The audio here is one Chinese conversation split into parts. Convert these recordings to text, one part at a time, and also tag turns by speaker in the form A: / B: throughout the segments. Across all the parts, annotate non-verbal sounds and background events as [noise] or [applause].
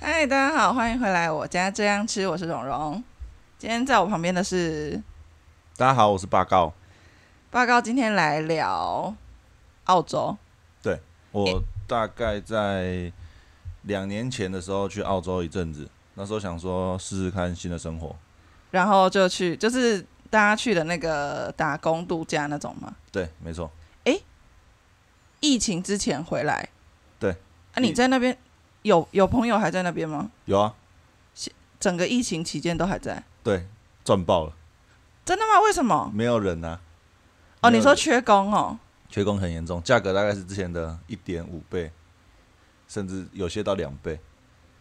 A: 大家好，欢迎回来。我家这样吃，我是蓉蓉。今天在我旁边的是
B: 大家好，我是八告。
A: 报告，今天来聊澳洲。
B: 我大概在两年前的时候去澳洲一阵子，那时候想说试试看新的生活。
A: 然后就去，就是大家去的那个打工度假那种嘛。
B: 对，没错，
A: 疫情之前回来，
B: 对。
A: 啊，你在那边有有朋友还在那边吗？
B: 有啊，
A: 整个疫情期间都还在？
B: 对，赚爆了，
A: 真的吗？为什么？
B: 没有人啊，
A: 哦，
B: 没有
A: 你说缺工哦？
B: 缺工很严重，价格大概是之前的一点五倍，甚至有些到两倍，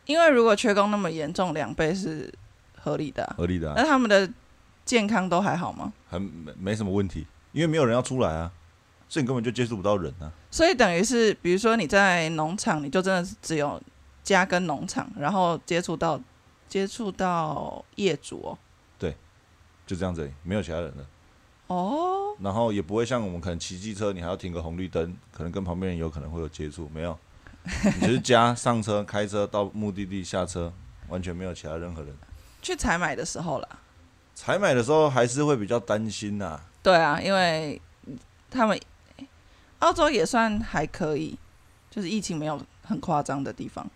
A: 因为如果缺工那么严重，两倍是合理的啊、
B: 合理的、啊，
A: 那他们的健康都还好吗？
B: 很没没什么问题，因为没有人要出来啊，所以你根本就接触不到人啊。
A: 所以等于是，比如说你在农场，你就真的是只有家跟农场，然后接触到接触到业主哦。
B: 就这样子而已，没有其他人了。
A: 哦，
B: 然后也不会像我们可能骑机车，你还要停个红绿灯，可能跟旁边人有可能会有接触，没有，你就是家上车、开车到目的地下车，完全没有其他任何人。
A: 去采买的时候啦，
B: 采买的时候还是会比较担心呐、
A: 对啊，因为他们澳洲也算还可以，就是疫情没有很夸张的地方。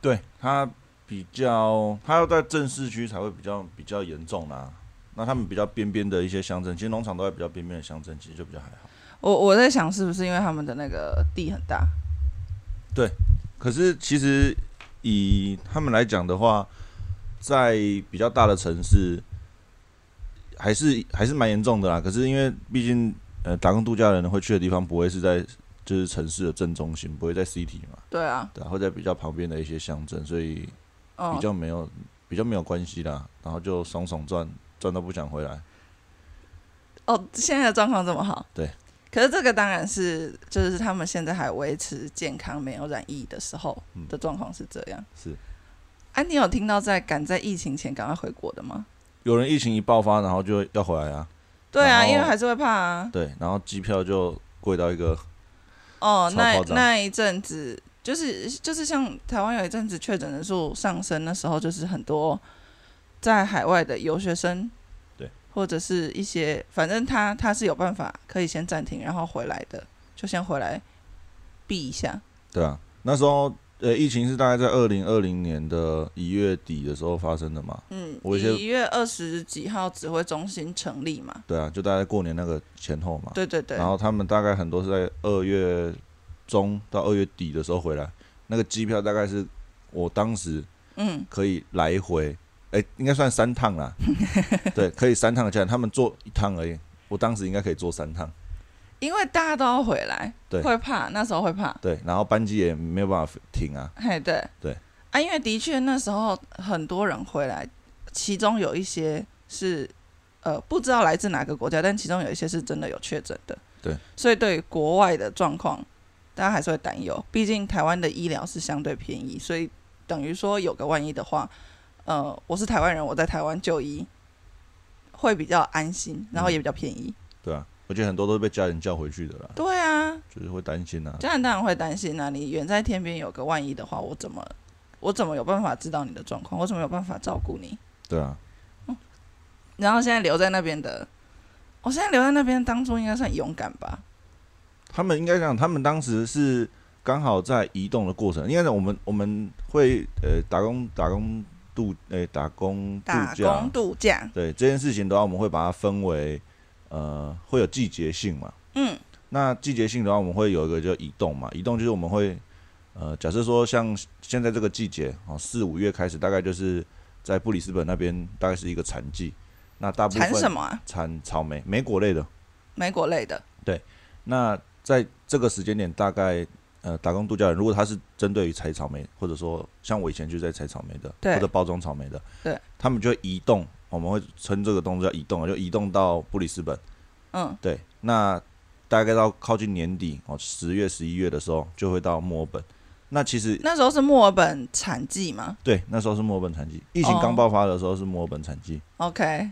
B: 对他比较，他要在正市区才会比较比较严重啦、啊那他们比较边边的一些乡镇，其实农场都在比较边边的乡镇，其实就比较还好。
A: 我我在想，是不是因为他们的那个地很大？
B: 可是其实以他们来讲的话，在比较大的城市，还是还是蛮严重的啦。可是因为毕竟呃，打工度假人会去的地方不会是在就是城市的正中心，不会在 city 嘛，
A: 对啊，
B: 对啊，会在比较旁边的一些乡镇，所以比
A: 嗯，
B: 较没有、比较没有关系啦。然后就爽爽赚，赚到不想回来。
A: 哦，现在的状况这么好，
B: 对。
A: 可是这个当然是，就是他们现在还维持健康没有染疫的时候
B: 嗯
A: 的状况是这样。
B: 是
A: 哎、你有听到在赶在疫情前赶快回国的吗？
B: 有人疫情一爆发，然后就要回来啊，
A: 对啊，
B: 然后
A: 因为还是会怕啊。
B: 对，然后机票就贵到一个
A: 哦，
B: 超
A: 那
B: 夸张
A: 那一阵子就是就是像台湾有一阵子确诊人数上升，那时候就是很多在海外的留学生，
B: 对，
A: 或者是一些反正他他是有办法可以先暂停，然后回来的，就先回来避一下。
B: 对啊，那时候呃，疫情是大概在二零二零年的一月底的时候发生的嘛。
A: 嗯，
B: 我一些
A: 一月二十几号指挥中心成立嘛，
B: 对啊，就大概过年那个前后嘛。
A: 对对对
B: 然，后他们大概很多是在二月中到二月底的时候回来，那个机票大概是我当时
A: 嗯，
B: 可以来回，哎、应该算三趟啦。对，可以三趟的价钱，他们坐一趟而已。我当时应该可以坐三趟，
A: 因为大家都要回来，
B: 对
A: 会怕，那时候会怕。
B: 对，然后班机也没有办法停啊。
A: 嘿，对
B: 对
A: 啊，因为的确那时候很多人回来，其中有一些是呃不知道来自哪个国家，但其中有一些是真的有确诊的。
B: 对，
A: 所以对于国外的状况，大家还是会担忧，毕竟台湾的医疗是相对便宜，所以等于说有个万一的话，呃，我是台湾人，我在台湾就医会比较安心，然
B: 嗯
A: 后也比较便宜。
B: 对啊，而且很多都是被家人叫回去的啦，
A: 对啊，
B: 就是会担心啊。
A: 家人当然会担心啊，你远在天边有个万一的话，我怎么我怎么有办法知道你的状况？我怎么有办法照顾你？
B: 对啊，
A: 然后现在留在那边的，我现在留在那边，当初应该算勇敢吧？
B: 他们应该讲，他们当时是刚好在移动的过程，因为我们我们会呃打工打工度呃打工度
A: 打
B: 假
A: 工，度假，
B: 对这件事情的话，我们会把它分为呃会有季节性嘛。
A: 嗯，
B: 那季节性的话，我们会有一个叫移动嘛，移动就是我们会呃假设说像现在这个季节哦，四五月开始，大概就是在布里斯本那边大概是一个产季，那大部分
A: 产什么啊？
B: 产草莓莓果类的，
A: 莓果类的，
B: 那在这个时间点，大概呃，打工度假人，如果他是针对于采草莓，或者说像我以前就在采草莓的，
A: 对
B: 或者包装草莓的，
A: 对，
B: 他们就会移动，我们会称这个动作叫移动，就移动到布里斯本。
A: 嗯，
B: 对，那大概到靠近年底哦，十月、十一月的时候，就会到墨尔本。那其实
A: 那时候是墨尔本产季嘛
B: 对，那时候是墨尔本产季，疫情
A: 哦
B: 刚爆发的时候是墨尔本产季。
A: ？OK，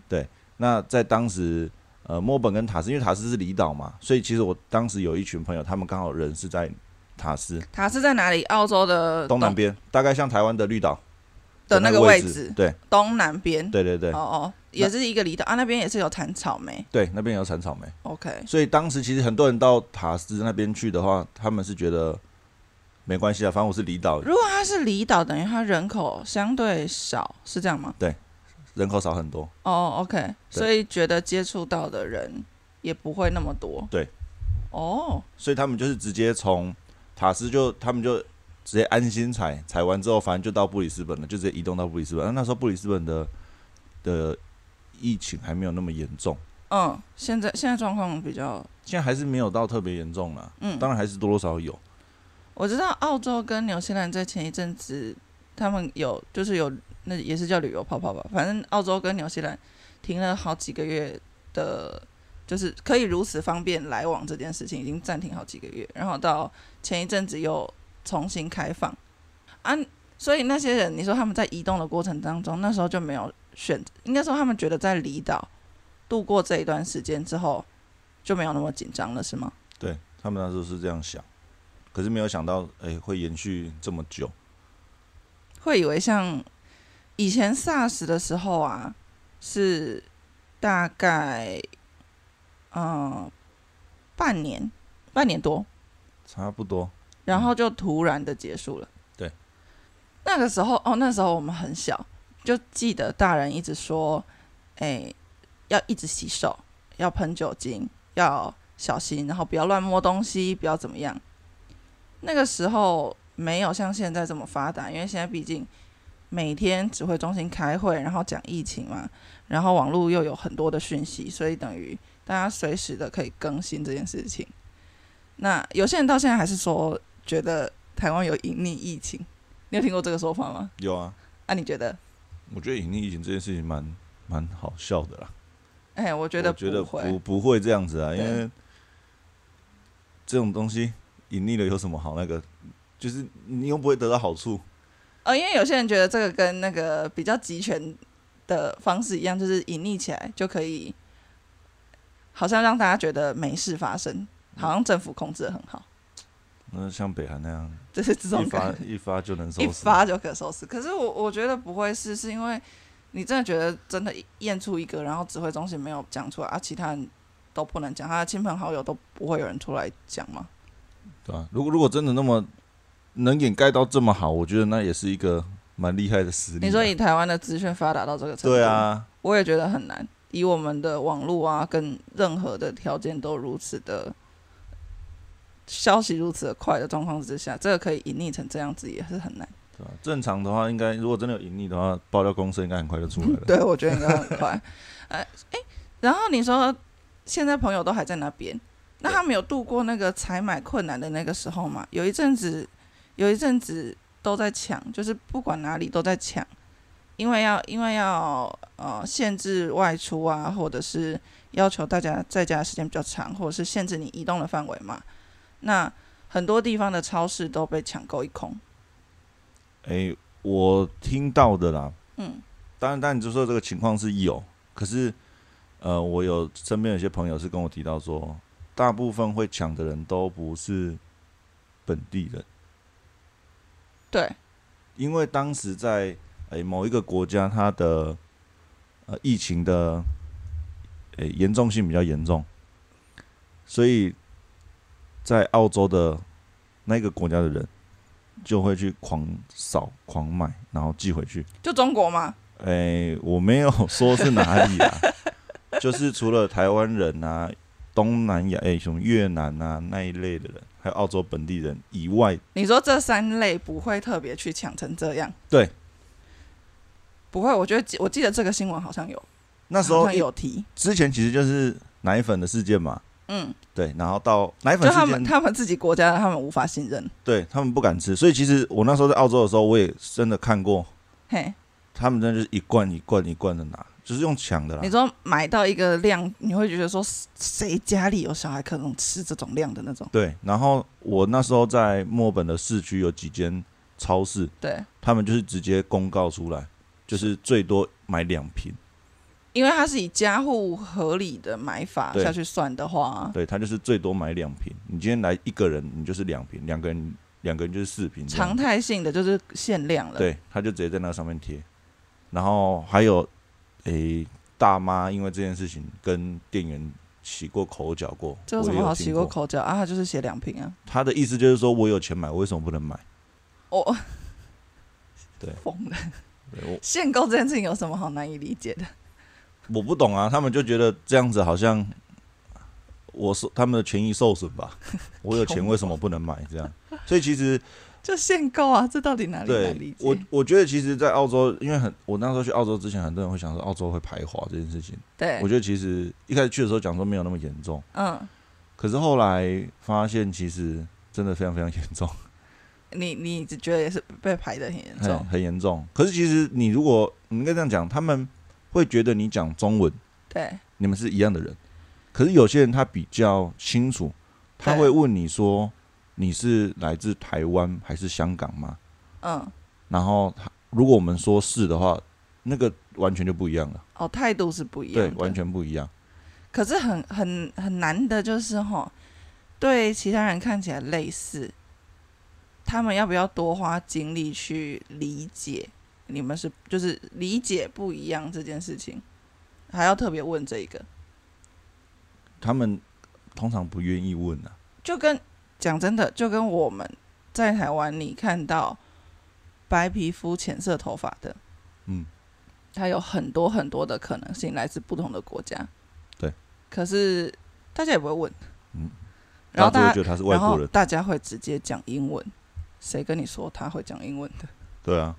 B: 那在当时，呃，墨尔本跟塔斯，因为塔斯是离岛嘛，所以其实我当时有一群朋友，他们刚好人是在塔斯，
A: 塔是在哪里？澳洲的
B: 东南边，大概像台湾的绿岛，
A: 哦的那
B: 那
A: 个
B: 位
A: 位
B: 置
A: 置，
B: 对
A: 东南边。
B: 对对对
A: 哦哦，也是一个离岛啊，那边也是有产草莓。
B: 对，那边有产草莓，
A: OK，
B: 所以当时其实很多人到塔斯那边去的话，他们是觉得没关系啊，反正我是离岛，
A: 如果它是离岛，等于它人口相对少，是这样吗？
B: 人口少很多，
A: 哦，OK、o k 所以觉得接触到的人也不会那么多。
B: 对。
A: 哦，
B: 所以他们就是直接从塔斯就他们就直接安心采，采完之后反正就到布里斯本了，就直接移动到布里斯本。那那时候布里斯本的的疫情还没有那么严重，
A: 嗯，现在现在状况比较，
B: 现在还是没有到特别严重啦，
A: 嗯，
B: 当然还是多多少少有。
A: 我知道澳洲跟纽西兰在前一阵子，他们有就是有那也是叫旅游泡泡吧，反正澳洲跟纽西兰停了好几个月的，就是可以如此方便来往这件事情已经暂停好几个月，然后到前一阵子又重新开放啊，所以那些人你说他们在移动的过程当中，那时候就没有选，应该说他们觉得在离岛度过这一段时间之后就没有那么紧张了，是吗？
B: 对他们那时候是这样想，可是没有想到，哎、会延续这么久。
A: 会以为像以前 SARS 的时候啊，是大概嗯、呃半年半年多，
B: 差不多，
A: 然后就突然的结束了。
B: 对，
A: 那个时候哦，那时候我们很小，就记得大人一直说，哎，要一直洗手，要喷酒精，要小心，然后不要乱摸东西，不要怎么样。那个时候没有像现在这么发达，因为现在毕竟每天指挥中心开会，然后讲疫情嘛，然后网络又有很多的讯息，所以等于大家随时的可以更新这件事情。那有些人到现在还是说觉得台湾有隐匿疫情，你有听过这个说法吗？
B: 有啊，
A: 啊，你觉得？
B: 我觉得隐匿疫情这件事情蛮蛮好笑的啦。
A: 哎、我觉得
B: 我觉得
A: 不会，
B: 不不会这样子啊，因
A: 对
B: 为这种东西隐匿了有什么好？那个就是你又不会得到好处，
A: 呃，因为有些人觉得这个跟那个比较集权的方式一样，就是隐匿起来就可以，好像让大家觉得没事发
B: 嗯
A: 生，好像政府控制的很好， [laughs]
B: 那像北韩那样
A: 这是这
B: 一
A: 种
B: 发
A: 感觉，
B: 一发就能收
A: 一
B: 拾。
A: 发就可收拾。可是我我觉得不会是，是因为你真的觉得真的验出一个，然后指挥中心没有讲出来，啊，其他人都不能讲，他的亲朋好友都不会有人出来讲吗？
B: 对啊，如果如果真的那么能掩盖到这么好，我觉得那也是一个蛮厉害的实力啊、
A: 你说以台湾的资讯发达到这个程度，
B: 对，啊，
A: 我也觉得很难。以我们的网络啊，跟任何的条件都如此的消息如此的快的状况之下，这个可以隐匿成这样子也是很难。
B: 对啊正常的话，应该如果真的有隐匿的话，爆料公司应该很快就出来了。
A: 对，我觉得应该很快。呃，哎，然后你说现在朋友都还在那边，那他们有度过那个采买困难的那个时候吗？有一阵子，有一阵子都在抢，就是不管哪里都在抢，因为要因为要呃限制外出啊，或者是要求大家在家的时间比较长，或者是限制你移动的范围嘛。那很多地方的超市都被抢购一空。
B: 哎、我听到的啦，
A: 嗯，
B: 当然，当然，你就说这个情况是有，可是，呃，我有身边有些朋友是跟我提到说，大部分会抢的人都不是本地人，
A: 对，
B: 因为当时在诶、某一个国家，它的呃疫情的诶严、重性比较严重，所以在澳洲的那个国家的人就会去狂扫、狂买，然后寄回去。
A: 就中国嘛。
B: 哎、我没有说是哪里啊， [laughs] 就是除了台湾人啊、东南亚哎、什么越南啊那一类的人，还有澳洲本地人以外，
A: 你说这三类不会特别去抢成这样？
B: 对，
A: 不会。我觉得记我记得这个新闻好像有，
B: 那时
A: 好
B: 候
A: 像有提，
B: 之前其实就是奶粉的事件嘛，
A: 嗯，
B: 对，然后到奶粉
A: 就他
B: 事
A: 们
B: 件，
A: 他们自己国家的他们无法信任，
B: 对他们不敢吃，所以其实我那时候在澳洲的时候，我也真的看过，
A: 嘿，
B: 他们真的就是一罐一罐一罐的拿，就是用抢的啦
A: 你。说买到一个量，你会觉得说谁家里有小孩可能吃这种量的那种？
B: 对，然后我那时候在墨尔本的市区有几间超市，
A: 对，
B: 他们就是直接公告出来，就是最多买两瓶，
A: 因为它是以家户合理的买法
B: 对
A: 下去算的话，
B: 对他就是最多买两瓶。你今天来一个人，你就是两瓶，两个人两个人就是四瓶这样
A: 常态性的就是限量了。，
B: 对，他就直接在那上面贴。然后还有，诶、大妈因为这件事情跟店员起过口角过，
A: 这有
B: 我
A: 什
B: 也
A: 么好
B: 听
A: 起过
B: 过？
A: 口角啊？他就是写两瓶啊，
B: 他的意思就是说我有钱买，我为什么不能买？
A: 我
B: 对
A: [laughs] 疯了。
B: 对我
A: 限购这件事情有什么好难以理解的？ [laughs]
B: 我不懂啊，他们就觉得这样子好像我受他们的权益受损
A: [laughs]
B: 吧，我有钱为什么不能买？这样，所以其实
A: 就限购啊，这到底哪里难理
B: 对我
A: 解？
B: 我觉得其实，在澳洲，因为很我那时候去澳洲之前，很多人会想说澳洲会排华这件事情，
A: 对
B: 我，觉得其实一开始去的时候讲说没有那么严重，
A: 嗯，
B: 可是后来发现其实真的非常非常严
A: [laughs]
B: 重，
A: 你你只觉得也是被排的很严
B: 很
A: 重，
B: 很严重。可是其实你如果你应该这样讲，他们会觉得你讲中文，
A: 对
B: 你们是一样的人。可是有些人他比较清楚，他
A: 对
B: 会问你说你是来自台湾还是香港吗？
A: 嗯，
B: 然后他如果我们说是的话，那个完全就不一样了，
A: 哦，态度是不一样
B: 对
A: 的，，
B: 完全不一样。
A: 可是很很很难的，就是哈，对其他人看起来类似，他们要不要多花精力去理解你们是就是理解不一样这件事情，还要特别问这一个，
B: 他们通常不愿意问啊，
A: 就跟讲真的，就跟我们在台湾你看到白皮肤浅色头发的，
B: 嗯，
A: 它有很多很多的可能性来自不同的国家，
B: 对，
A: 可是大家也不会问，
B: 嗯，
A: 然后大
B: 大家
A: 家
B: 就会觉得他是外
A: 然
B: 国
A: 后
B: 人，
A: 大家会直接讲英文，谁跟你说他会讲英文的？ [laughs]
B: 对啊，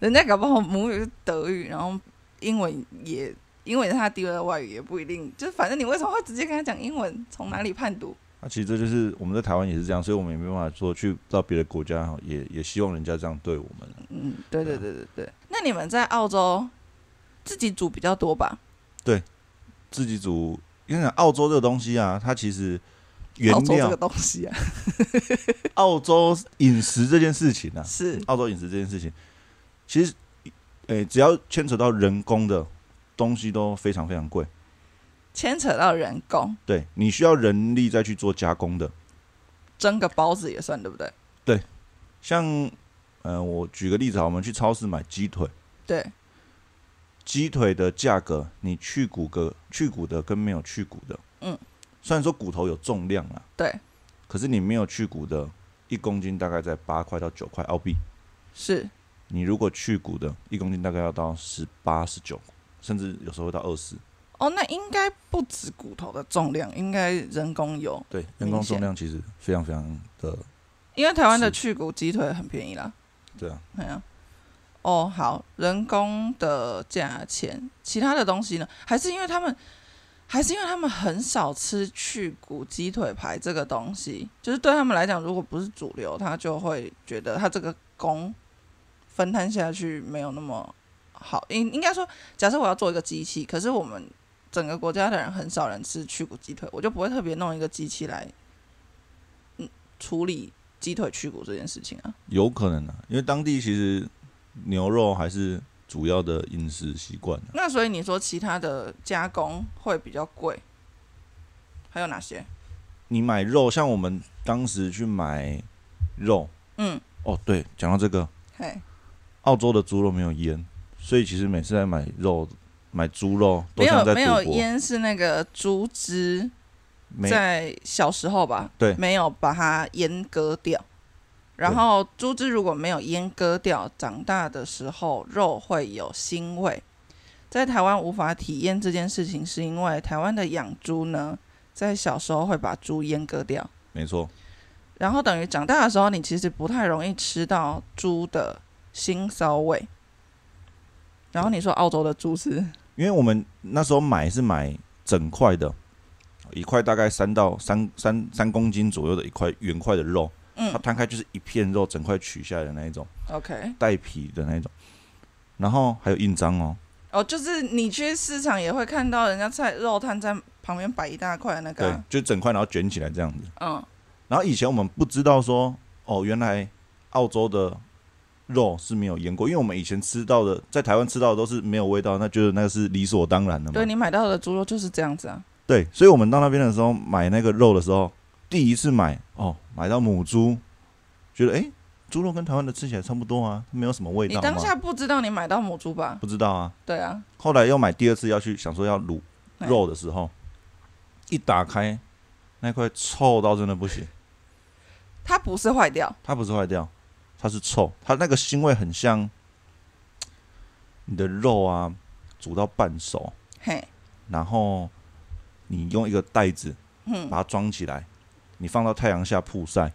A: 人家搞不好母语是德语，然后英文也英文是他第二外语，也不一定。就是反正你为什么会直接跟他讲英文？从哪里判读？
B: 那、其实这就是我们在台湾也是这样，所以我们也没办法说去到别的国家，也也希望人家这样对我们。
A: 嗯，对对
B: 啊
A: 对对对。那你们在澳洲自己煮比较多吧？
B: 自己煮，因为澳洲这个东西啊，它其实原
A: 澳洲这
B: 料
A: 个东西
B: [laughs]
A: 啊，
B: 澳洲饮食这件事情啊，
A: 是
B: 澳洲饮食这件事情，其实，诶、只要牵扯到人工的东西都非常非常贵。
A: 牵扯到人工，
B: 对你需要人力再去做加工的，
A: 蒸个包子也算对不对？
B: 像，嗯、我举个例子好，我们去超市买鸡腿，
A: 对，
B: 鸡腿的价格，你去骨骼去骨的跟没有去骨的，
A: 嗯，
B: 虽然说骨头有重量啊，
A: 对，
B: 可是你没有去骨的，一公斤大概在八块到九块澳币。
A: 是
B: 你如果去骨的，一公斤大概要到十八、十九，甚至有时候会到二十。
A: 哦，那应该不止骨头的重量，应该人工有。
B: 对，人工
A: 明显
B: 重量其实非常非常的，
A: 因为台湾的
B: 是
A: 去骨鸡腿很便宜啦，
B: 对啊，
A: 哎呀、哦，好，人工的价钱，其他的东西呢？还是因为他们，还是因为他们很少吃去骨鸡腿排这个东西，就是对他们来讲，如果不是主流，他就会觉得他这个工分摊下去没有那么好。应应该说，假设我要做一个机器，可是我们整个国家的人很少人吃去骨鸡腿，我就不会特别弄一个机器来，嗯，处理鸡腿去骨这件事情啊。
B: 有可能啊，因为当地其实牛肉还是主要的饮食习惯啊、
A: 那所以你说其他的加工会比较贵，还有哪些？
B: 你买肉，像我们当时去买肉，
A: 嗯，
B: 哦，对，讲到这个，
A: 嘿，
B: 澳洲的猪肉没有腌，所以其实每次在买肉、买猪肉都
A: 没有
B: 像在
A: 没有
B: 赌博。
A: 腌是那个猪汁，
B: 没
A: 在小时候吧，
B: 对
A: 没有把它阉割掉。然后猪汁如果没有阉割掉，长大的时候肉会有腥味。在台湾无法体验这件事情，是因为台湾的养猪呢，在小时候会把猪阉割掉。
B: 没错，
A: 然后等于长大的时候，你其实不太容易吃到猪的腥骚味。然后你说澳洲的猪是
B: 因为我们那时候买是买整块的，一块大概三到三三三公斤左右的一块圆块的肉，
A: 嗯
B: 它摊开就是一片肉，整块取下来的那一种，
A: OK
B: 带皮的那一种，然后还有印章哦，
A: 哦，就是你去市场也会看到人家菜肉摊在旁边摆一大块的那个
B: 对
A: 啊，，
B: 就整块然后卷起来这样子。
A: 嗯，
B: 然后以前我们不知道说，哦，原来澳洲的肉是没有腌过，因为我们以前吃到的，在台湾吃到的都是没有味道，那觉得那个是理所当然的嘛。
A: 对你买到的猪肉就是这样子啊，
B: 对所以我们到那边的时候买那个肉的时候，第一次买哦，买到母猪，觉得哎，诶猪肉跟台湾的吃起来差不多啊，没有什么味
A: 你
B: 道
A: 当
B: 嘛
A: 下不知道你买到母猪吧？
B: 不知道啊。
A: 对啊，
B: 后来又买第二次要去想说要卤
A: 哎
B: 肉的时候，一打开那块臭到真的不行，
A: 它不是坏掉，
B: 它不是坏掉，它是臭，它那个腥味很像你的肉啊煮到半熟，
A: 嘿，
B: 然后你用一个袋子
A: 嗯，
B: 把它装起来，你放到太阳下曝晒，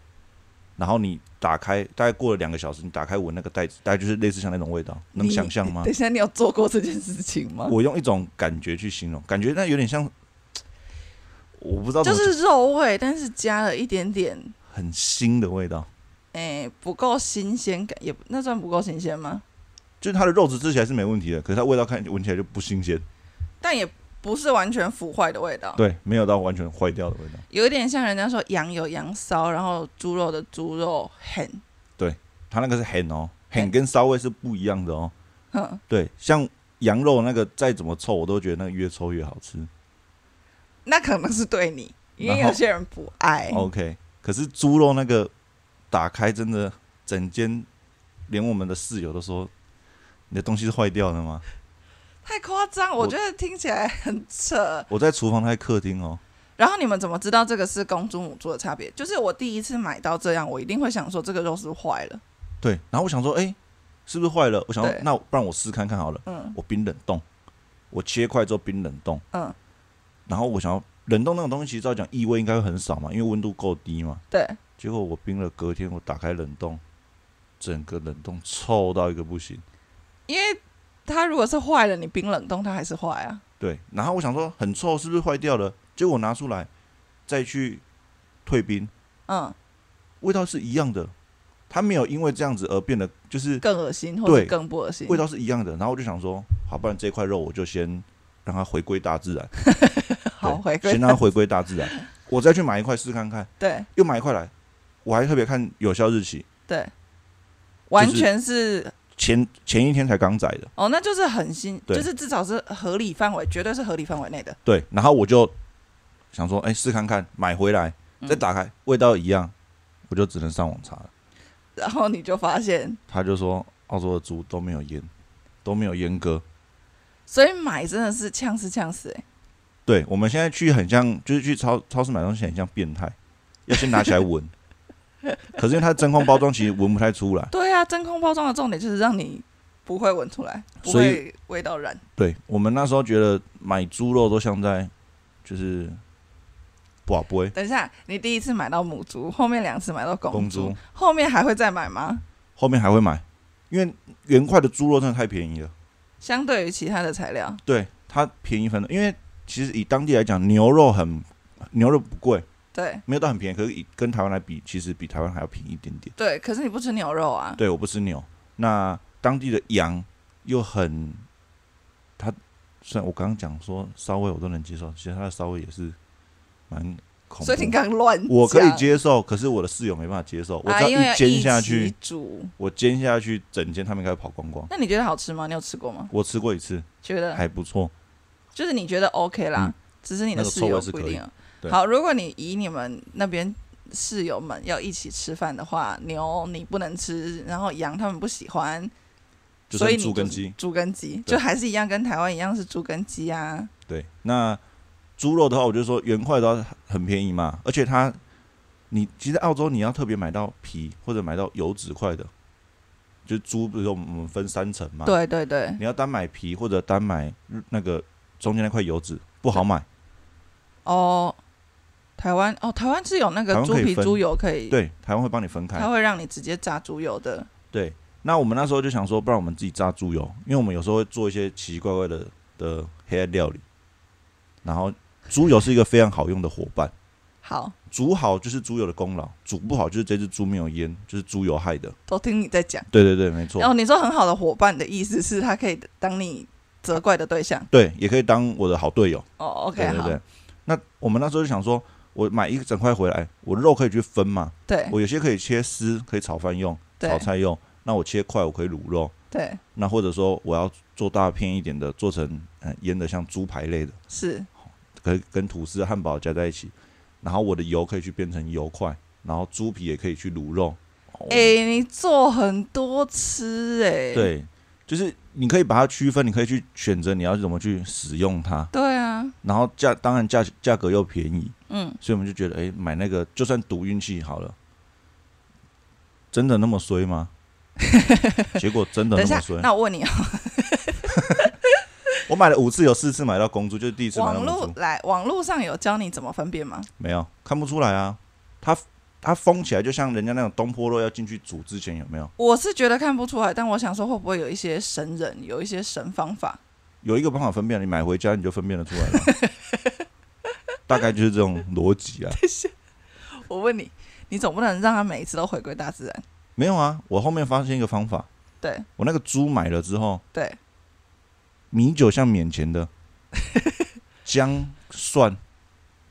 B: 然后你打开，大概过了两个小时，你打开闻那个袋子，大概就是类似像那种味道，能
A: 你
B: 想象吗
A: 等？一下，你有做过这件事情吗？
B: 我用一种感觉去形容，感觉那有点像，我不知道怎
A: 就
B: 么讲
A: 是肉味，但是加了一点点，
B: 很腥的味道，
A: 哎、不够新鲜感，也不那算不够新鲜吗？
B: 就是它的肉质吃起来是没问题的，可是它味道看闻起来就不新鲜，
A: 但也不是完全腐坏的味道，
B: 对，没有到完全坏掉的味道。
A: 有一点像人家说羊有羊骚，然后猪肉的猪肉很，
B: 它那个是很哦，
A: 嘿
B: 很跟骚味是不一样的哦。
A: 哼，
B: 对，像羊肉那个再怎么臭，我都觉得那个越臭越好吃。
A: 那可能是对你，因为
B: 然后哦
A: 有些人不爱，
B: OK，可是猪肉那个打开真的，整间连我们的室友都说，你的东西是坏掉的吗？
A: 太夸张，我
B: 我
A: 觉得听起来很扯。
B: 我在厨房，他在客厅哦。
A: 然后你们怎么知道这个是公猪母猪的差别？就是我第一次买到这样，我一定会想说这个肉是不是坏了，
B: 对，然后我想说，哎、是不是坏了？我想说
A: 对，
B: 那不然我试看看好了。
A: 嗯
B: 我冰冷冻，我切块之后冰冷冻，
A: 嗯，
B: 然后我想要冷冻那种东西，其实照讲异味应该会很少嘛，因为温度够低嘛。
A: 对，
B: 结果我冰了，隔天我打开冷冻，整个冷冻臭到一个不行。
A: 因为它如果是坏了，你冰冷冻它还是坏啊，
B: 对，然后我想说很臭，是不是坏掉了？结果拿出来再去退冰，
A: 嗯，
B: 味道是一样的，它没有因为这样子而变得就是
A: 更恶心或者
B: 对
A: 更不恶心，
B: 味道是一样的。然后我就想说，好，不然这块肉我就先让它回归大自然，
A: [laughs] 好
B: 对啊
A: 回归
B: 先让它回归大自然，我再去买一块试看看，
A: 对
B: 又买一块来，我还特别看有效日期，
A: 对，完全是、
B: 前前一天才刚宰的，
A: 哦，那就是很新，
B: 对
A: 就是至少是合理范围，绝对是合理范围内的，
B: 对，然后我就想说，哎、试看看，买回来
A: 嗯
B: 再打开，味道一样，我就只能上网查了。
A: 然后你就发现，
B: 他就说澳洲的猪都没有阉，都没有阉割。
A: 所以买真的是呛死呛死、欸，
B: 对，我们现在去很像，就是去超超市买东西很像变态，要先拿起来闻。 [laughs] 可是因为它真空包装，其实闻不太出来。
A: 对啊，真空包装的重点就是让你不会闻出来，不
B: 所以
A: 会味道染。
B: 对我们那时候觉得买猪肉都像在就是宝贝
A: 等一下，你第一次买到母猪，后面两次买到公
B: 公
A: 猪，
B: 猪，
A: 后面还会再买吗？
B: 后面还会买，因为原块的猪肉真的太便宜了。
A: 相对于其他的材料，
B: 对，它便宜很多，因为其实以当地来讲，牛肉很牛肉不贵，
A: 对
B: 没有到很便宜，可是以跟台湾来比，其实比台湾还要便宜一点点。
A: 对，可是你不吃牛肉啊，
B: 对，我不吃牛。那当地的羊又很，它虽然我刚刚讲说稍微我都能接受，其实它的稍微也是蛮恐怖
A: 所以。你刚乱讲，
B: 我可以接受，可是我的室友没办法接受。我
A: 啊，
B: 只
A: 因为
B: 要
A: 要
B: 一煎下
A: 一
B: 去
A: 起，煮。
B: 我煎下去，整间他们应该会跑光光。
A: 那你觉得好吃吗？你有吃过吗？
B: 我吃过一次，
A: 觉得
B: 还不错。
A: 就是你觉得 OK 啦，
B: 嗯
A: 只是你的
B: 那个
A: 室
B: 臭
A: 友
B: 味是
A: 不一
B: 可以
A: 定啊。
B: 对
A: 好，如果你以你们那边室友们要一起吃饭的话，牛你不能吃，然后羊他们不喜欢，
B: 就
A: 所以
B: 是
A: 你
B: 猪跟
A: 就是
B: 鸡，
A: 猪跟鸡
B: 对
A: 就还是一样，跟台湾一样是猪跟鸡啊。
B: 对。那猪肉的话，我就说原块的话很便宜嘛，而且它，你其实澳洲你要特别买到皮或者买到油脂块的，就猪不是我们分三层嘛，
A: 对对对，
B: 你要单买皮或者单买那个中间那块油脂不好买，
A: 哦，台湾哦，台湾是有那
B: 台
A: 个
B: 湾
A: 猪
B: 可以
A: 皮
B: 分
A: 猪油可以，
B: 对，台湾会帮你分
A: 它
B: 开。
A: 会让你直接炸猪油的。
B: 对，那我们那时候就想说，不然我们自己炸猪油，因为我们有时候会做一些奇奇怪怪的的黑暗料理，然后猪油是一个非常好用的伙伴。
A: 好，
B: 煮好就是猪油的功劳，煮不好就是这只猪没有腌，就是猪油害的。
A: 都听你在讲。
B: 对对对，没错。
A: 哦，你说很好的伙伴的意思是，他可以当你责怪的对象。
B: 对，也可以当我的好队友。
A: 哦，OK，
B: 对对
A: 好
B: 对，。那我们那时候就想说，我买一整块回来，我肉可以去分嘛，
A: 对
B: 我有些可以切丝，可以炒饭用、炒
A: 对
B: 菜用。那我切块，我可以卤肉。
A: 对，
B: 那或者说我要做大片一点的，做成呃腌的像猪排类的，
A: 是。
B: 可以跟吐司、汉堡加在一起。然后我的油可以去变成油块，然后猪皮也可以去卤肉。
A: 哎、你做很多吃哎、
B: 哦对，就是你可以把它区分，你可以去选择你要怎么去使用它，
A: 对啊，
B: 然后价当然价价格又便宜，
A: 嗯，
B: 所以我们就觉得，哎、买那个就算赌运气好了，真的那么衰吗？ [laughs] 结果真的
A: 等一
B: 那
A: 下
B: 么衰，。
A: 那我问你啊，
B: 我买了五次，有四次买到公猪，就是第一次买到
A: 网
B: 公
A: 络
B: 猪，
A: 来网络上有教你怎么分辨吗？
B: 没有看不出来啊。它它封起来，就像人家那种东坡肉要进去煮之前有没有？
A: 我是觉得看不出来，但我想说会不会有一些神人，有一些神方法？
B: 有一个方法分辨，你买回家你就分辨得出来
A: [laughs]
B: 了。大概就是这种逻辑啊。
A: 我问你，你总不能让它每一次都回归大自然，
B: 没有啊，我后面发现一个方法，
A: 对
B: 我那个猪买了之后，
A: 对，
B: 米酒像免钱
A: [laughs]
B: 的，姜蒜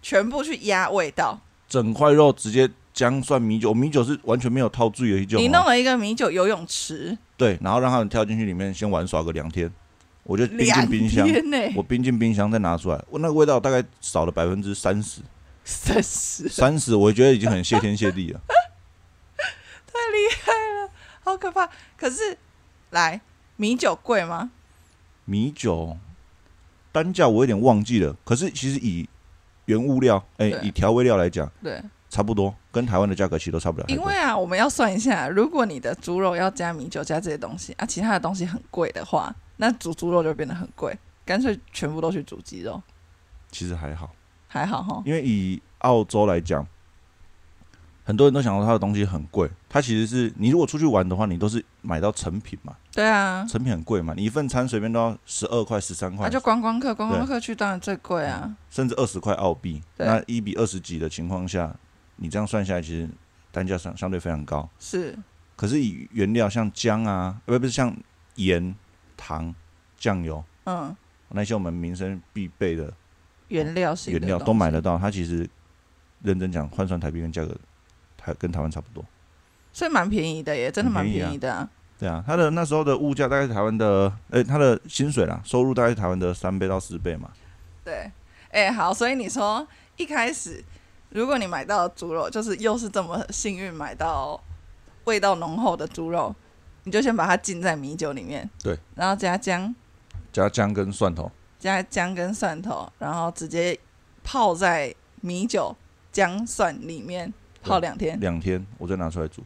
A: 全部去压味道。
B: 整块肉直接姜蒜米酒，我米酒是完全没有套住的一种、哦。
A: 你弄了一个米酒游泳池，
B: 对，然后让他们跳进去里面先玩耍个两天，我就冰
A: 两
B: 进冰箱，
A: 天呢、
B: 我冰进冰箱再拿出来，我那个味道大概少了百分之三十，
A: 三十，
B: 三十我觉得已经很谢天
A: [laughs]
B: 谢地了。
A: 好可怕。可是，来，米酒贵吗？
B: 米酒单价我有点忘记了，可是其实以原物料，哎、
A: 对
B: 以调味料来讲，
A: 对，
B: 差不多，跟台湾的价格其实都差不了太
A: 因
B: 多。
A: 为啊，我们要算一下，如果你的猪肉要加米酒加这些东西啊，其他的东西很贵的话，那煮猪肉就变得很贵，干脆全部都去煮鸡肉，
B: 其实还好，
A: 还好哈。
B: 因为以澳洲来讲，很多人都想到它的东西很贵，它其实是你如果出去玩的话，你都是买到成品嘛，
A: 对啊，
B: 成品很贵嘛，你一份餐随便都要十二块、十三
A: 那、
B: 块
A: 啊就，观光客，观光客去当然最贵啊。
B: 甚至二十块澳币。
A: 对
B: 那一比二十几的情况下，你这样算下来，其实单价相相对非常高。
A: 是，
B: 可是以原料像姜啊，呃不不是像盐、糖、酱油
A: 嗯，
B: 那些我们民生必备的
A: 原料是
B: 原料都买得到，它其实认真讲换算台币跟价格，台跟台湾差不多。
A: 所以蛮便宜的耶，真的蛮
B: 很便宜啊
A: 便宜的、啊。
B: 对啊，他的那时候的物价大概是台湾的，呃、他的薪水啦，收入大概是台湾的三倍到四倍嘛。
A: 对，哎、好，所以你说一开始，如果你买到猪肉，就是又是这么幸运买到味道浓厚的猪肉，你就先把它浸在米酒里面，
B: 对，
A: 然后加姜、
B: 加姜跟蒜头，
A: 加姜跟蒜头，然后直接泡在米酒、姜、蒜里面泡两天。
B: 两天我再拿出来煮。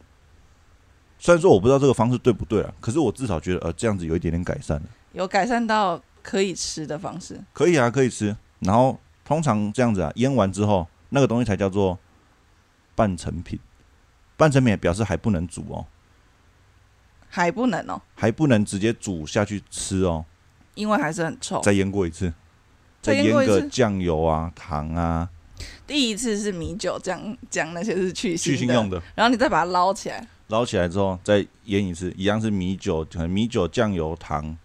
B: 虽然说我不知道这个方式对不对啦，可是我至少觉得呃这样子有一点点改善了。
A: 有改善到可以吃的方式。
B: 可以啊，可以吃。然后通常这样子啊，腌完之后那个东西才叫做半成品。半成品也表示还不能煮哦，
A: 还不能哦，
B: 还不能直接煮下去吃哦，
A: 因为还是很臭。
B: 再腌过一次，
A: 哦再腌
B: 腌
A: 过一
B: 个
A: 次
B: 酱油啊、糖啊，
A: 第一次是米酒姜姜那些是去腥
B: 去
A: 的，
B: 腥用的，
A: 然后你再把它捞起来，
B: 捞起来之后再腌一次，一样是米酒，可能米酒、酱油、糖、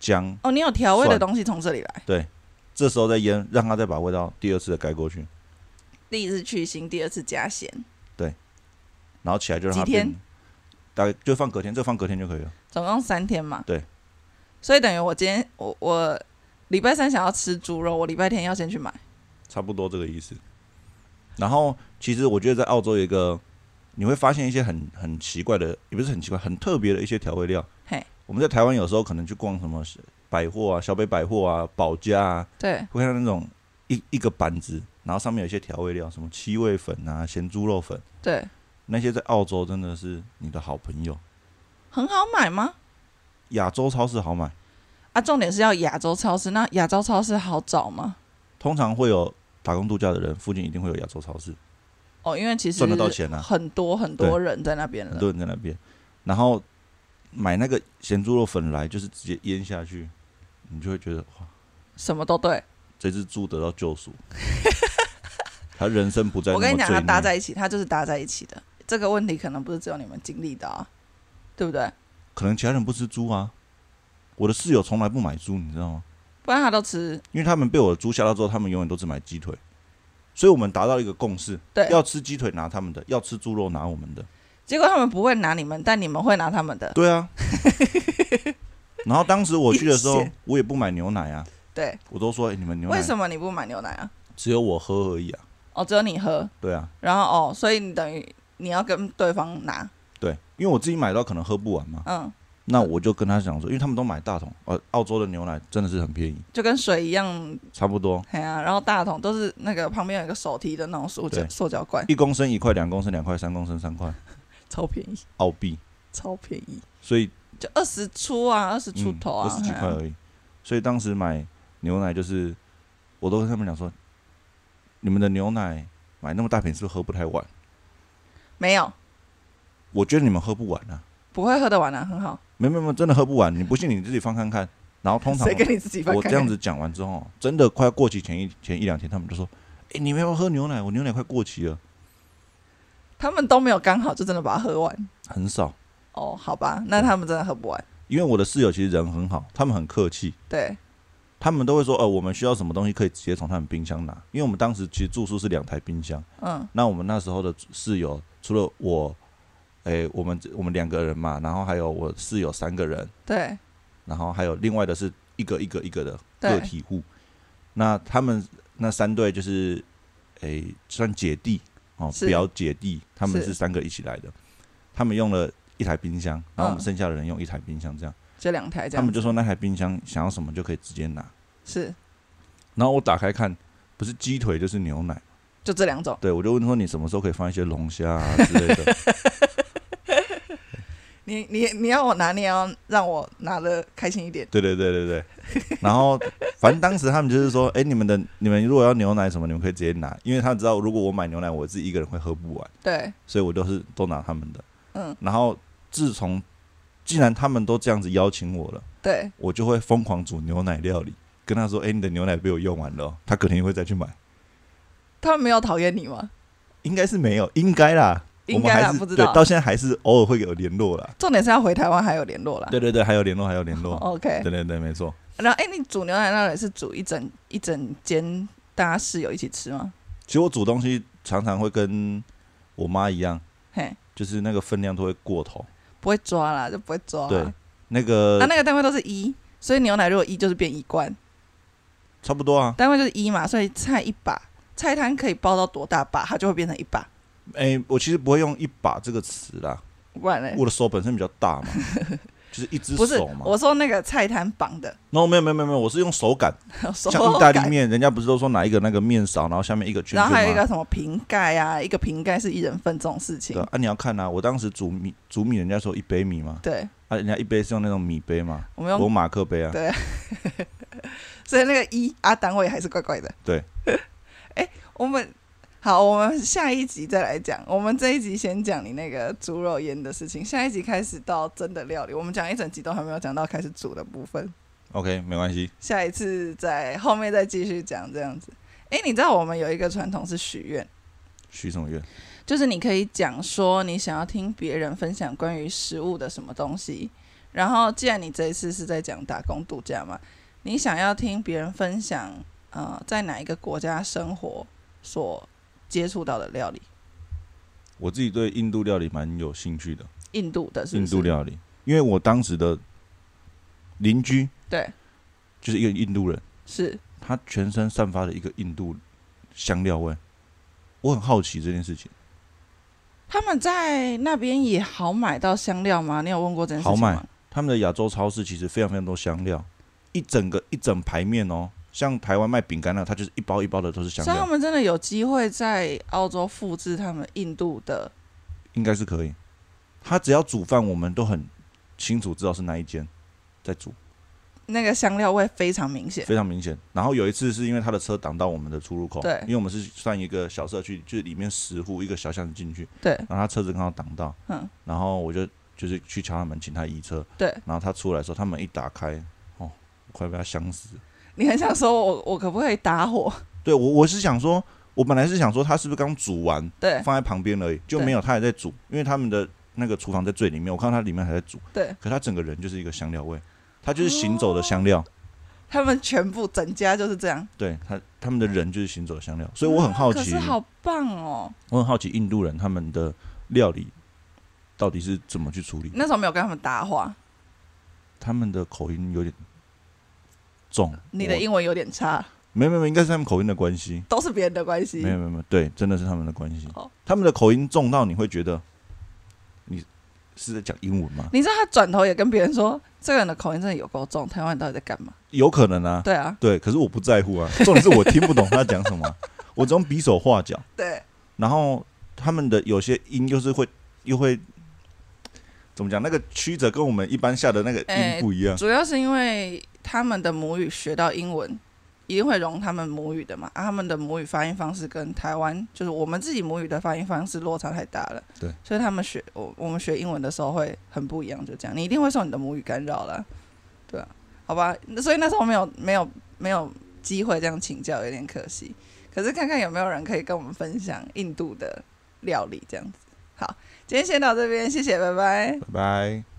B: 姜，
A: 哦，你有调味的
B: 蒜
A: 东西从这里来。
B: 这时候再腌，让它再把味道第二次的盖过去，
A: 第一次去腥，第二次加咸，
B: 然后起来就让它
A: 几天
B: 变，大概就放隔天，这放隔天就可以了。
A: 总共三天嘛。
B: 对。
A: 所以等于我今天我我礼拜三想要吃猪肉，我礼拜天要先去买。
B: 差不多这个意思。然后，其实我觉得在澳洲有一个，你会发现一些很很奇怪的，也不是很奇怪，很特别的一些调味料。
A: 嘿，
B: 我们在台湾有时候可能去逛什么百货啊、小北百货啊、保家啊，
A: 对，
B: 会看到那种一一个板子，然后上面有一些调味料，什么七味粉啊、咸猪肉粉，
A: 对，
B: 那些在澳洲真的是你的好朋友。
A: 很好买吗？
B: 亚洲超市好买，
A: 啊，重点是要亚洲超市，那亚洲超市好找吗？
B: 通常会有打工度假的人，附近一定会有亚洲超市。
A: 哦，因为其实
B: 赚得到钱啊
A: 很多很多人在那边
B: 很
A: 了。
B: 多人在那边，然后买那个咸猪肉粉来，就是直接腌下去，你就会觉得哇，
A: 什么都对。
B: 这只猪得到救
A: [laughs]
B: 赎，他人生不再
A: 我跟
B: 那
A: 你
B: 么
A: 讲，它
B: 罪
A: 搭
B: 孽。
A: 在一起，它就是搭在一起的。这个问题可能不是只有你们经历到啊，对不对？
B: 可能其他人不吃猪啊，我的室友从来不买猪，你知道吗？
A: 不然他都吃
B: 因为他们被我的猪吓到之后，他们永远都只买鸡腿，所以我们达到一个共识，
A: 对，
B: 要吃鸡腿拿他们的，要吃猪肉拿我们的。
A: 结果他们不会拿你们，但你们会拿他们的。
B: 对啊， [laughs] 然后当时我去的时
A: 一
B: 候
A: 线，
B: 我也不买牛奶啊，
A: 对，
B: 我都说、哎你们牛奶
A: 为什么你不买牛奶啊？
B: 只有我喝而已啊，
A: 哦，只有你喝，
B: 对啊。
A: 然后哦，所以你等于你要跟对方拿，
B: 对，因为我自己买到可能喝不完嘛，
A: 嗯，
B: 那我就跟他讲说，因为他们都买大桶，呃，澳洲的牛奶真的是很便宜，
A: 就跟水一样，
B: 差不多
A: 哎呀、然后大桶都是那个旁边有一个手提的那种塑胶
B: 对
A: 塑胶罐，
B: 一公升一块，两公升两块，三公升三块
A: 超便宜，
B: 澳币，
A: 超便宜，
B: 所以
A: 就二十出啊，二十出头啊，
B: 嗯二十几
A: 嘿啊
B: 块而已。所以当时买牛奶就是，我都跟他们讲说，你们的牛奶买那么大瓶是不是喝不太完？
A: 没有
B: 我觉得你们喝不完啊，
A: 不会喝得完啊，很好，
B: 没没没，真的喝不完，你不信你自己翻看看。然后通常哦
A: 谁跟你自己翻
B: 我
A: 开
B: 这样子讲完之后，哦真的快要过期前一前一两天，他们就说：“哎、你们要不要喝牛奶？我牛奶快过期了。
A: 他们都没有刚好就真的把它喝完。”
B: 很少，
A: 哦，好吧，那他们真的喝不完。
B: 因为我的室友其实人很好，他们很客气，
A: 对，
B: 他们都会说：“呃，我们需要什么东西可以直接从他们冰箱拿。”因为我们当时其实住宿是两台冰箱，
A: 嗯
B: 那我们那时候的室友除了我，哎、我们我们两个人嘛，然后还有我室友三个人，
A: 对
B: 然后还有另外的是一个一个一个的个
A: 对
B: 体户。那他们那三对就是，诶、算姐弟哦，
A: 是
B: 表姐弟，他们
A: 是
B: 是三个一起来的。他们用了一台冰箱，然后我们
A: 嗯
B: 剩下的人用一台冰箱，这样。
A: 这两台这
B: 他
A: 样
B: 们
A: 子，
B: 就说那台冰箱想要什么就可以直接拿。
A: 是
B: 然后我打开看，不是鸡腿就是牛奶。
A: 就这两种。
B: 对，我就问说你什么时候可以放一些龙虾啊之类的。
A: 你你你要我拿，你也要让我拿的开心一点。
B: 对对对对 [laughs] 对。然后反正当时他们就是说，哎、你们的你们如果要牛奶什么，你们可以直接拿，因为他知道如果我买牛奶，我自己一个人会喝不完，
A: 对，
B: 所以我都是都拿他们的。
A: 嗯，
B: 然后自从既然他们都这样子邀请我了，
A: 对，
B: 我就会疯狂煮牛奶料理，跟他说，哎、你的牛奶被我用完了哦，他肯定会再去买。
A: 他们没有讨厌你吗？
B: 应该是没有，应该啦。
A: 应该啦
B: 我们还是
A: 不知道
B: 对，到现在还是偶尔会有联络啦。
A: 重点是要回台湾还有联络啦。
B: 对对对，还有联络，还有联络。
A: OK，
B: 对对对，没错。
A: 然后哎、你煮牛奶那也是煮一整一整间，大家室友一起吃吗？
B: 其实我煮东西常常会跟我妈一样，
A: 嘿，
B: 就是那个分量都会过头。
A: 不会抓啦，就不会抓啦。
B: 对，呃那个、
A: 哦啊，那个单位都是一，所以牛奶如果一就是变一罐，
B: 差不多啊。
A: 单位就是一嘛，所以菜一把，菜摊可以包到多大把，它就会变成一把，
B: 哎、我其实不会用“一把”这个词啦，
A: 不然嘞。
B: 我的手本身比较大
A: [laughs]
B: 嘛，就是一只
A: 不是
B: 手嘛。
A: 我说那个菜摊绑的， [laughs]
B: no，没有没有没有没有，我是用手擀，
A: 手
B: 像意大利
A: 擀，
B: 面，人家不是都说拿一个那个面勺，然后下面一个圈圈
A: 然
B: 吗？
A: 后还有一个什么瓶盖啊，一个瓶盖是一人份这种事情
B: 对。啊，你要看啊，我当时煮米煮米，人家说一杯米嘛，
A: 对，
B: 啊，人家一杯是用那种米杯嘛，
A: 我们
B: 我
A: 用，
B: 马克杯啊，
A: 嗯对所以那个一啊单位还是怪怪的。 [laughs]
B: 对，
A: 哎、我们好，我们下一集再来讲。我们这一集先讲你那个猪肉烟的事情，下一集开始到真的料理，我们讲一整集都还没有讲到开始煮的部分。
B: OK，没关系，
A: 下一次再后面再继续讲这样子。诶，你知道我们有一个传统是许愿，
B: 许什么愿？
A: 就是你可以讲说你想要听别人分享关于食物的什么东西，然后既然你这一次是在讲打工度假嘛，你想要听别人分享呃在哪一个国家生活所接触到的料理，
B: 我自己对印度料理蛮有兴趣的，
A: 印度的是不
B: 印
A: 是？
B: 度料理，因为我当时的邻居
A: 对，
B: 就是一个印度人，
A: 是
B: 他全身散发了一个印度香料味，我很好奇这件事情，
A: 他们在那边也好买到香料吗？你有问过这件事
B: 好
A: 情
B: 买
A: 吗？
B: 他们的亚洲超市其实非常非常多香料，一整个一整排面哦，像台湾卖饼干那，啊它就是一包一包的都是香
A: 所以他
B: 料，
A: 们真的有机会在澳洲复制他们印度的，
B: 应该是可以，他只要煮饭，我们都很清楚知道是哪一间在煮。
A: 那个香料味非常明显。
B: 非常明显。然后有一次是因为他的车挡到我们的出入口，
A: 对
B: 因为我们是算一个小社区，就是里面十户一个小巷子进去，
A: 对
B: 然后他车子刚好挡到，
A: 嗯，
B: 然后我就就是去敲他门，请他移车，
A: 对，
B: 然后他出来的时候，他门一打开，哦，我快被他香死了。
A: 你很想说我我可不可以打火？ [laughs]
B: 对我我是想说，我本来是想说他是不是刚煮完
A: 对
B: 放在旁边而已，就没有他还在煮，因为他们的那个厨房在最里面，我看到他里面还在煮，
A: 对，
B: 可他整个人就是一个香料味，他就是行走的香
A: 哦
B: 料。
A: 他们全部整家就是这样。
B: 对他，他们的人就是行走的香料，所以我很好
A: 可
B: 奇，
A: 是好棒哦！
B: 我很好奇印度人他们的料理到底是怎么去处理。
A: 那时候没有跟他们搭话，
B: 他们的口音有点重，
A: 你的
B: 我
A: 英文有点差，
B: 没有没有，应该是他们口音的关系。
A: 都是别哦人的关系
B: 没。有没有没有，对，真的是他们的关系
A: 哦。
B: 他们的口音重到你会觉得你是在讲英文吗？
A: 你知道他转头也跟别人说，这个人的口音真的有够重，台湾人到底在干嘛？
B: 有可能啊，
A: 对啊，
B: 对，可是我不在乎啊。重点是我听不懂他讲什么啊，我只用比手画脚。
A: 对，
B: 然后他们的有些音就是会又会怎么讲？那个曲折跟我们一般下的那个
A: 哎
B: 音不一样。
A: 主要是因为他们的母语学到英文，一定会融他们母语的嘛，啊，他们的母语发音方式跟台湾就是我们自己母语的发音方式落差太大了，
B: 对，
A: 所以他们学我我们学英文的时候会很不一样，就这样，你一定会受你的母语干扰了，对啊，好吧，那所以那时候没有没有没有机会这样请教，有点可惜，可是看看有没有人可以跟我们分享印度的料理这样子，好，今天先到这边，谢谢，拜拜。
B: 拜拜。